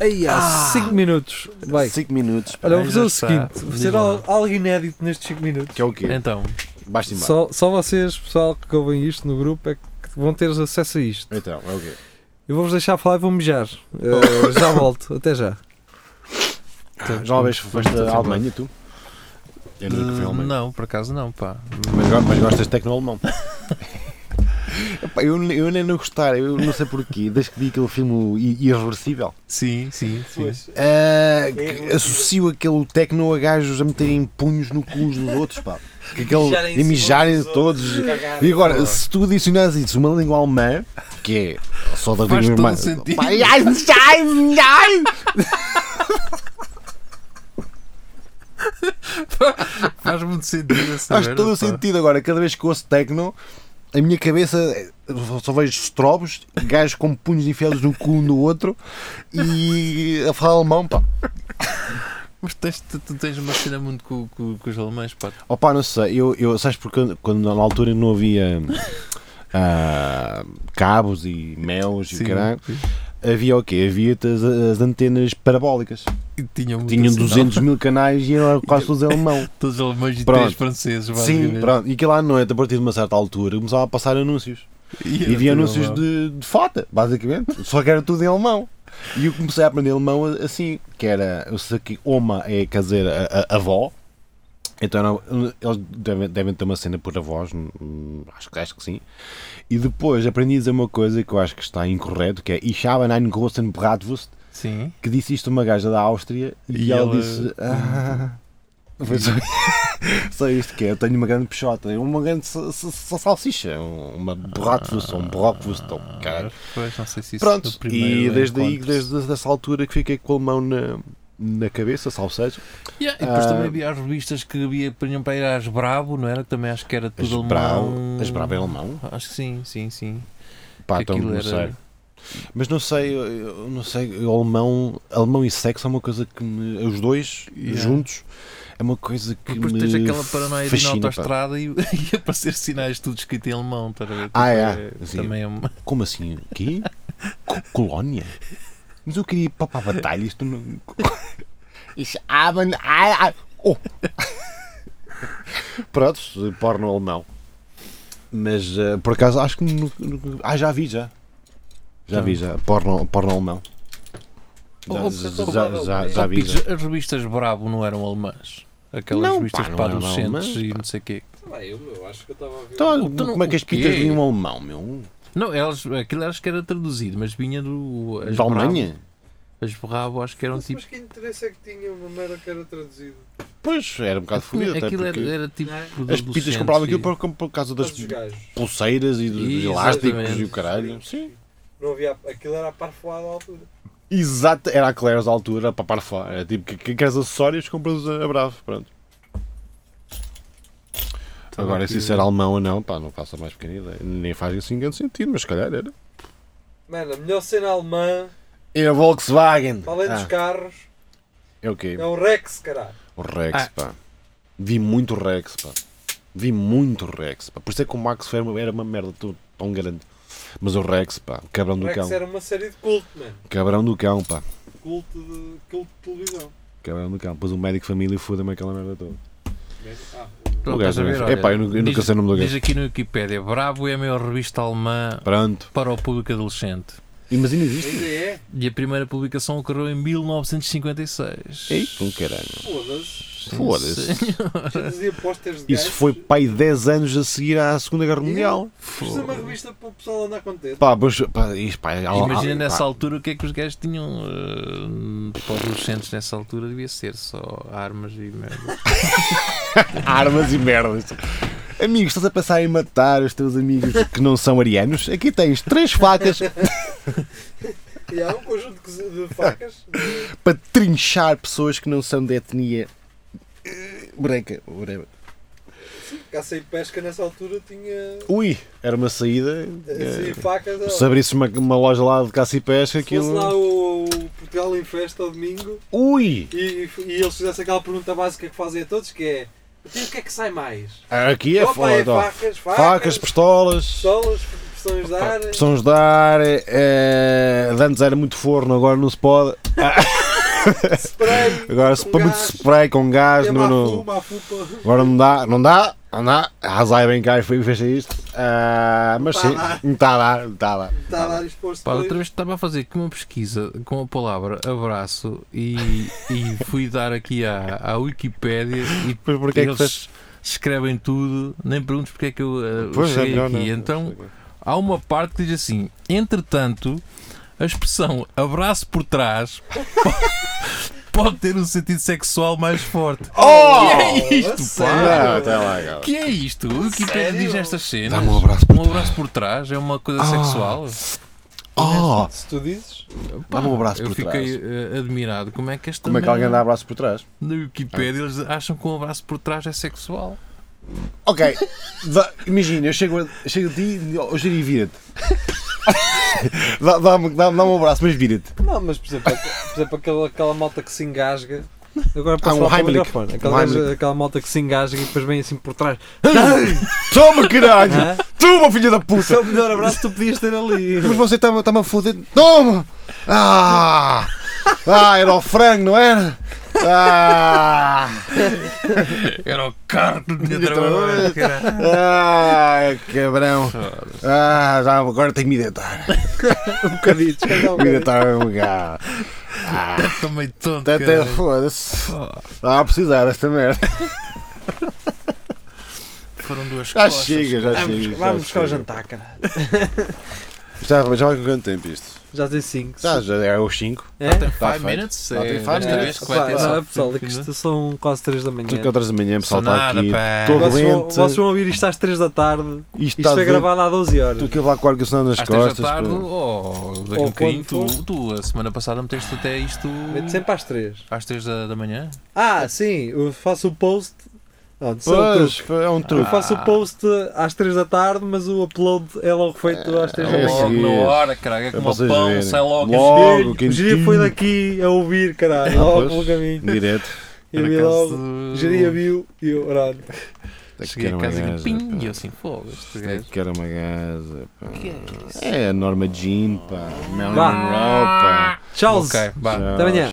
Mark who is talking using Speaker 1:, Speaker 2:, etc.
Speaker 1: Aí há
Speaker 2: Ah.
Speaker 1: 5 minutos. Vai.
Speaker 3: 5 minutos. pá.
Speaker 1: Olha, vou
Speaker 2: Aí
Speaker 1: fazer
Speaker 2: já
Speaker 1: o
Speaker 2: está.
Speaker 1: seguinte: vou
Speaker 2: Diz
Speaker 1: fazer
Speaker 2: lá.
Speaker 1: al- algo inédito nestes 5 minutos.
Speaker 3: Que é o quê?
Speaker 2: Então,
Speaker 3: Basta embora.
Speaker 1: Só, só vocês, pessoal que ouvem isto no grupo, é que vão ter acesso a isto.
Speaker 3: Então, é o quê?
Speaker 1: Eu vou-vos deixar falar e vou mijar. Eh, já volto, até já.
Speaker 2: Ah,
Speaker 3: Ah, Então, Já uma vez foste
Speaker 2: é
Speaker 3: à Alemanha, tu? Eu nunca fui à
Speaker 2: eh,
Speaker 3: Alemanha.
Speaker 2: não, por acaso não, pá.
Speaker 3: Mas, go- mas gostas de tecno alemão? Epá, eu, ne- eu nem não gostar, eu não sei porquê, desde que vi aquele filme I- Irreversível,
Speaker 2: Sim, sim, sim.
Speaker 3: ah, que associo aquele tecno a gajos a meterem punhos no cu uns dos outros, pá. Que aquele, e mijarem todos. E agora, se tu adicionares isso, uma língua alemã, que é só da
Speaker 2: Faz
Speaker 3: língua
Speaker 2: todo
Speaker 3: irmã.
Speaker 2: sentido.
Speaker 3: Pá, ai, ai, ai.
Speaker 2: Faz muito sentido essa
Speaker 3: Faz
Speaker 2: merda,
Speaker 3: todo o
Speaker 2: Tá pá.
Speaker 3: sentido agora. Cada vez que ouço tecno, a minha cabeça eh, só- só vejo strobos, gajos com punhos enfiados no cu um do outro e a falar alemão, pá.
Speaker 2: Mas tens, tu, tu tens uma cena muito com, com, com os alemães, pá.
Speaker 3: Oh, pá, não sei. Eu, eu, sabes porque eu- quando na altura não havia ah, cabos e mel e o
Speaker 2: Sim.
Speaker 3: caralho, havia o quê? Havia as, as antenas parabólicas.
Speaker 2: E tinham muito
Speaker 3: Tinham
Speaker 2: assim, não?
Speaker 3: 200 mil canais e eram quase todos em alemão.
Speaker 2: Todos os alemães e
Speaker 3: Pronto.
Speaker 2: três franceses,
Speaker 3: Sim,
Speaker 2: basicamente.
Speaker 3: pronto. E aquilo à noite, a partir de uma certa altura, começava a passar anúncios. E
Speaker 2: era
Speaker 3: havia
Speaker 2: tudo
Speaker 3: anúncios
Speaker 2: alemão.
Speaker 3: de, de fota, basicamente. Só que era tudo em alemão. E eu comecei a aprender alemão assim, que era, eu sei que Oma é, quer dizer, a, a- avó. Então era- eles devem, devem ter uma cena por avós, hum, acho, que- acho que sim. E depois aprendi a dizer uma coisa que eu acho que está incorreto, que é Ich habe einen großen Bratwurst,
Speaker 2: Sim.
Speaker 3: que disse isto uma gaja da Áustria e,
Speaker 2: E
Speaker 3: ela,
Speaker 2: ela-
Speaker 3: disse... "Ah." Foi só, só isto que é, eu tenho uma grande peixota, uma grande sa- sa- sa- salsicha, um- uma bratwurst, ou um brockwurst, ou caralho.
Speaker 2: Ah, Pois, não sei se isso
Speaker 3: Pronto,
Speaker 2: no primeiro é
Speaker 3: e desde aí,
Speaker 2: encontro-
Speaker 3: desde essa altura que fiquei com o alemão na, na cabeça, salvo seja.
Speaker 2: Yeah, e depois
Speaker 3: Ah.
Speaker 2: também havia as revistas que havia punham para ir às Bravo, não era? Que também acho que era tudo
Speaker 3: As
Speaker 2: alemão.
Speaker 3: Brau- as Bravo é alemão?
Speaker 2: Acho que sim, sim, sim.
Speaker 3: Pá,
Speaker 2: Que
Speaker 3: então,
Speaker 2: aquilo
Speaker 3: não
Speaker 2: era-
Speaker 3: sei. Mas não sei, eu- eu não sei, eu alemão, alemão e sexo é uma coisa que me, os dois,
Speaker 2: Yeah.
Speaker 3: juntos, é uma coisa que
Speaker 2: Depois
Speaker 3: me
Speaker 2: tens aquela paranoia de ir na
Speaker 3: fascina, pá.
Speaker 2: autostrada e, e aparecer sinais tudo escrito em alemão, estás a ver?
Speaker 3: Ah,
Speaker 2: Também
Speaker 3: é, sim.
Speaker 2: Também é uma...
Speaker 3: Como assim? O quê? Co- Colónia? Mas eu queria ir para para a batalha, isto não. Isso haben. Oh. Pronto, porno alemão. Mas eh, por acaso acho que. nu- nu- Ah, já vi já. Já vi já. Porno, porno alemão. Já,
Speaker 2: Tá. Oh,
Speaker 3: já, já, já, já vi já.
Speaker 2: Pires, As revistas Bravo não eram alemãs. Aquelas
Speaker 3: Não,
Speaker 2: revistas
Speaker 3: pá, não
Speaker 2: para
Speaker 3: eram
Speaker 2: adolescentes
Speaker 3: alemãs,
Speaker 2: e
Speaker 3: pá.
Speaker 2: não sei o quê.
Speaker 1: eu acho que eu estava a ver.
Speaker 3: Então,
Speaker 2: Então,
Speaker 3: como é que as
Speaker 2: o quê?
Speaker 3: pitas vinham alemão, meu?
Speaker 2: Não, elas, aquilo acho que era traduzido, mas vinha do. as
Speaker 3: Da Alemanha?
Speaker 2: Bravo- As Bravo acho que eram tipo.
Speaker 1: que interesse é que tinha uma merda que era traduzida?
Speaker 3: Pois, era um bocado fodido. até
Speaker 2: aquilo
Speaker 3: porque
Speaker 2: era, era tipo.
Speaker 3: As pitas compravam aquilo
Speaker 2: para.
Speaker 3: por, por causa das,
Speaker 1: gajos.
Speaker 3: pulseiras e dos
Speaker 2: Exatamente.
Speaker 3: elásticos e o caralho. Sim.
Speaker 1: Não havia, aquilo era parfoado à altura.
Speaker 3: Exato, era a Claire's altura para parfá. Era tipo, que, que queres acessórios, compras a Bravo. Pronto. Agora, se isso era alemão ou não, pá, não faço a mais pequena ideia. Nem faz assim grande sentido, mas se calhar era.
Speaker 1: Mano, a melhor cena alemã,
Speaker 3: É a Volkswagen.
Speaker 1: para além dos
Speaker 3: Ah,
Speaker 1: carros,
Speaker 3: é o quê?
Speaker 1: é o Rex, caralho.
Speaker 3: O Rex,
Speaker 2: Ah.
Speaker 3: pá. Vi muito Rex, pá. Vi muito Rex, pá. Por isso é que o Max foi uma- era uma merda tão, tão grande. Mas o Rex, pá, cabrão
Speaker 1: O
Speaker 3: do
Speaker 1: Rex
Speaker 3: cão.
Speaker 1: era uma série de culto, mano.
Speaker 3: Cabrão do cão, pá.
Speaker 1: Culto de, culto de televisão.
Speaker 3: Cabrão do é cão. Pois o médico família foda-me aquela merda toda.
Speaker 1: ah,
Speaker 2: Pronto,
Speaker 3: O gajo
Speaker 2: estás a
Speaker 3: não é
Speaker 2: ver,
Speaker 3: fácil. Epá, eu nu- eu nunca
Speaker 2: diz-
Speaker 3: sei o nome do gajo.
Speaker 2: Diz aqui no Wikipédia: Bravo é a maior revista alemã
Speaker 3: Pronto.
Speaker 2: para o público adolescente.
Speaker 3: Imagina isto.
Speaker 1: Ainda é?
Speaker 2: E a primeira publicação ocorreu em 1956.
Speaker 3: Ei, com caralho.
Speaker 1: Foda-se.
Speaker 3: Foda-se.
Speaker 1: Já dizia posters de
Speaker 3: Isso
Speaker 1: gajos.
Speaker 3: foi pai 10 anos a seguir à Segunda Guerra Mundial.
Speaker 1: Precisa uma revista para o pessoal andar contente.
Speaker 3: Pá, mas, pá, isto, pá, al- al-
Speaker 2: Imagina
Speaker 3: Oh, ah, pá.
Speaker 2: nessa altura o que é que os gajos tinham. eh, para os adolescentes nessa altura devia ser só armas e merda.
Speaker 3: armas e merdas. Amigos, estás a pensar em matar os teus amigos que não são arianos? Aqui tens três facas
Speaker 1: E há um conjunto de de facas.
Speaker 3: para trinchar pessoas que não são de etnia eh, branca. whatever.
Speaker 1: Caça e pesca nessa altura tinha
Speaker 3: Ui, era uma saída.
Speaker 1: assim,
Speaker 3: eh,
Speaker 1: facas. ó.
Speaker 3: Se abrisse uma, uma loja lá de caça e pesca,
Speaker 1: Se fosse lá
Speaker 3: aquilo.
Speaker 1: o, o Portugal em festa ao domingo
Speaker 3: Ui!
Speaker 1: e, e eles fizessem aquela pergunta básica que fazem a todos que é
Speaker 2: Então, o que é que sai mais?
Speaker 3: Aqui é
Speaker 2: Opa,
Speaker 3: foda. ó.
Speaker 2: facas,
Speaker 3: Facas, pistolas.
Speaker 1: Solas, pressões de ar.
Speaker 3: Pressões de ar. eh, de antes era muito forno, agora não se pode.
Speaker 1: Spray.
Speaker 3: Agora se
Speaker 1: Com
Speaker 3: põe muito
Speaker 1: gás.
Speaker 3: spray com gás.
Speaker 1: é
Speaker 3: não- não-
Speaker 1: mafu, mafu, pá.
Speaker 3: Agora não dá, não dá, não dá. Arrasai bem cá e foi- fez isto. Ah, mas
Speaker 1: Tá
Speaker 3: sim,
Speaker 1: lá.
Speaker 3: não está lá, não está lá.
Speaker 1: Está Tá lá disposto.
Speaker 2: Pá, outra vez estava a fazer aqui uma pesquisa com a palavra abraço e, e fui dar aqui à, à Wikipédia e
Speaker 3: Mas porquê é que
Speaker 2: eles
Speaker 3: fez?
Speaker 2: escrevem tudo, nem perguntes porque é que eu uh,
Speaker 3: Pois é,
Speaker 2: cheguei
Speaker 3: melhor
Speaker 2: aqui.
Speaker 3: não.
Speaker 2: Então há uma parte que diz assim: entretanto, a expressão abraço por trás po- pode ter um sentido sexual mais forte.
Speaker 3: Oh!
Speaker 2: que é isto, pá?
Speaker 3: Não, está lá, cara.
Speaker 2: Que é isto? O Wikipedia
Speaker 1: Sério?
Speaker 2: diz estas cenas.
Speaker 3: Dá-me um abraço por
Speaker 2: Um abraço por trás é uma coisa
Speaker 3: Ah.
Speaker 2: sexual.
Speaker 3: Oh!
Speaker 1: Se tu dizes.
Speaker 3: Dá-me um abraço
Speaker 2: eu
Speaker 3: por
Speaker 2: fiquei
Speaker 3: trás.
Speaker 2: eh, admirado. Como é que esta
Speaker 3: Como é que alguém dá abraço por trás?
Speaker 2: na Wikipedia eles acham que um abraço por trás é sexual?
Speaker 3: Ok, Dá- imagina, eu chego, a- chego a ti e hoje e vira-te. Dá- Dá-me dá dá um abraço, mas vira-te.
Speaker 1: Não, mas por exemplo, aqu- por exemplo aquela, aquela malta que se engasga. Agora
Speaker 3: Ah, um
Speaker 1: posso falar para o
Speaker 3: Heimlich.
Speaker 1: microfone. Aquela,
Speaker 3: Um
Speaker 1: gaja-
Speaker 3: Heimlich.
Speaker 1: aquela malta que se engasga e depois vem assim por trás.
Speaker 3: Toma, caralho!
Speaker 1: Hã?
Speaker 3: Toma, filha da
Speaker 1: Isso é
Speaker 3: puta!
Speaker 1: o melhor abraço que tu podias ter ali.
Speaker 3: Mas você está-me a foder. Toma! Ah! Ah, era o frango, não era? Ah!
Speaker 2: Era o carro que tinha
Speaker 3: Tinha
Speaker 2: trabalhado.
Speaker 3: trabalhado.
Speaker 2: caralho.
Speaker 3: Ah, cabrão! Ah, já, agora tenho que me deitar.
Speaker 1: Um bocadinho. descansa um
Speaker 3: Me
Speaker 1: bocadinho.
Speaker 3: deitar um lugar. Ah,
Speaker 2: Estou meio tonto.
Speaker 3: até- até
Speaker 2: caralho.
Speaker 3: foda-se.
Speaker 2: Oh,
Speaker 3: Ah, a precisar desta merda.
Speaker 2: foram duas
Speaker 3: Já
Speaker 2: costas.
Speaker 3: Ah, chega, já
Speaker 1: Vamos-
Speaker 3: chega.
Speaker 1: Vamos
Speaker 3: já
Speaker 1: buscar o
Speaker 3: chega.
Speaker 1: jantar, cara.
Speaker 3: Já, já vai com quanto tempo isto?
Speaker 1: Já tem 5.
Speaker 3: Já, já é os 5.
Speaker 1: É?
Speaker 2: Já tem
Speaker 3: Tá
Speaker 2: 5
Speaker 3: feito.
Speaker 2: minutes?
Speaker 3: Já tem
Speaker 2: é,
Speaker 3: five
Speaker 2: desta
Speaker 3: minutes.
Speaker 2: vez que
Speaker 1: Pá,
Speaker 2: vai ter
Speaker 1: não,
Speaker 2: só-
Speaker 1: pessoal, é que
Speaker 3: né?
Speaker 1: isto são quase 3 da manhã. É,
Speaker 3: Tudo que outras da manhã, pessoal,
Speaker 2: Só
Speaker 3: está
Speaker 2: nada,
Speaker 3: aqui.
Speaker 2: pá.
Speaker 3: Todo
Speaker 1: Vocês vão,
Speaker 3: doente.
Speaker 1: vocês vão ouvir isto às 3 da tarde.
Speaker 3: Isto
Speaker 1: Isto
Speaker 3: está
Speaker 1: foi
Speaker 3: doente.
Speaker 1: gravado há 12 horas.
Speaker 3: Tu que lá com o arco nas
Speaker 2: Às três
Speaker 3: costas.
Speaker 2: da tarde,
Speaker 3: pô.
Speaker 2: ou daqui a
Speaker 1: Ou
Speaker 2: um bocadinho,
Speaker 1: quando
Speaker 2: tu, tu, a semana passada meteste até isto
Speaker 1: Mete sempre às 3.
Speaker 2: às 3 da, da manhã.
Speaker 1: Ah, sim, eu faço o post. Não, isso é um truque.
Speaker 3: Pois, é um
Speaker 1: Eu
Speaker 3: truque.
Speaker 1: faço o post às 3 da tarde, mas o upload é logo feito às 3 da
Speaker 3: É
Speaker 1: manhã.
Speaker 2: logo
Speaker 3: seguir.
Speaker 2: na hora, caralho, é
Speaker 3: É
Speaker 2: como
Speaker 3: para
Speaker 2: o
Speaker 3: vocês
Speaker 2: pão,
Speaker 3: verem.
Speaker 2: sai logo.
Speaker 3: Logo.
Speaker 1: O
Speaker 3: quentinho.
Speaker 1: Geria foi daqui a ouvir, caralho,
Speaker 3: Ah,
Speaker 1: logo
Speaker 3: pois.
Speaker 1: é um pelo caminho.
Speaker 3: Direto.
Speaker 1: E vi logo. Geria viu e eu, orado.
Speaker 2: Cheguei
Speaker 3: Quero
Speaker 1: é
Speaker 2: a
Speaker 3: uma
Speaker 2: casa e digo,
Speaker 3: gaja,
Speaker 2: pim,
Speaker 3: pá.
Speaker 2: e eu assim, fogo, este gajo.
Speaker 3: Que era uma gaja. pá.
Speaker 2: que é isso?
Speaker 3: É a Norma Jean, pá. Marilyn
Speaker 1: Vá.
Speaker 3: Monroe, pá.
Speaker 1: Tchau!
Speaker 2: Ok, vá.
Speaker 3: Tchau,
Speaker 1: Até amanhã.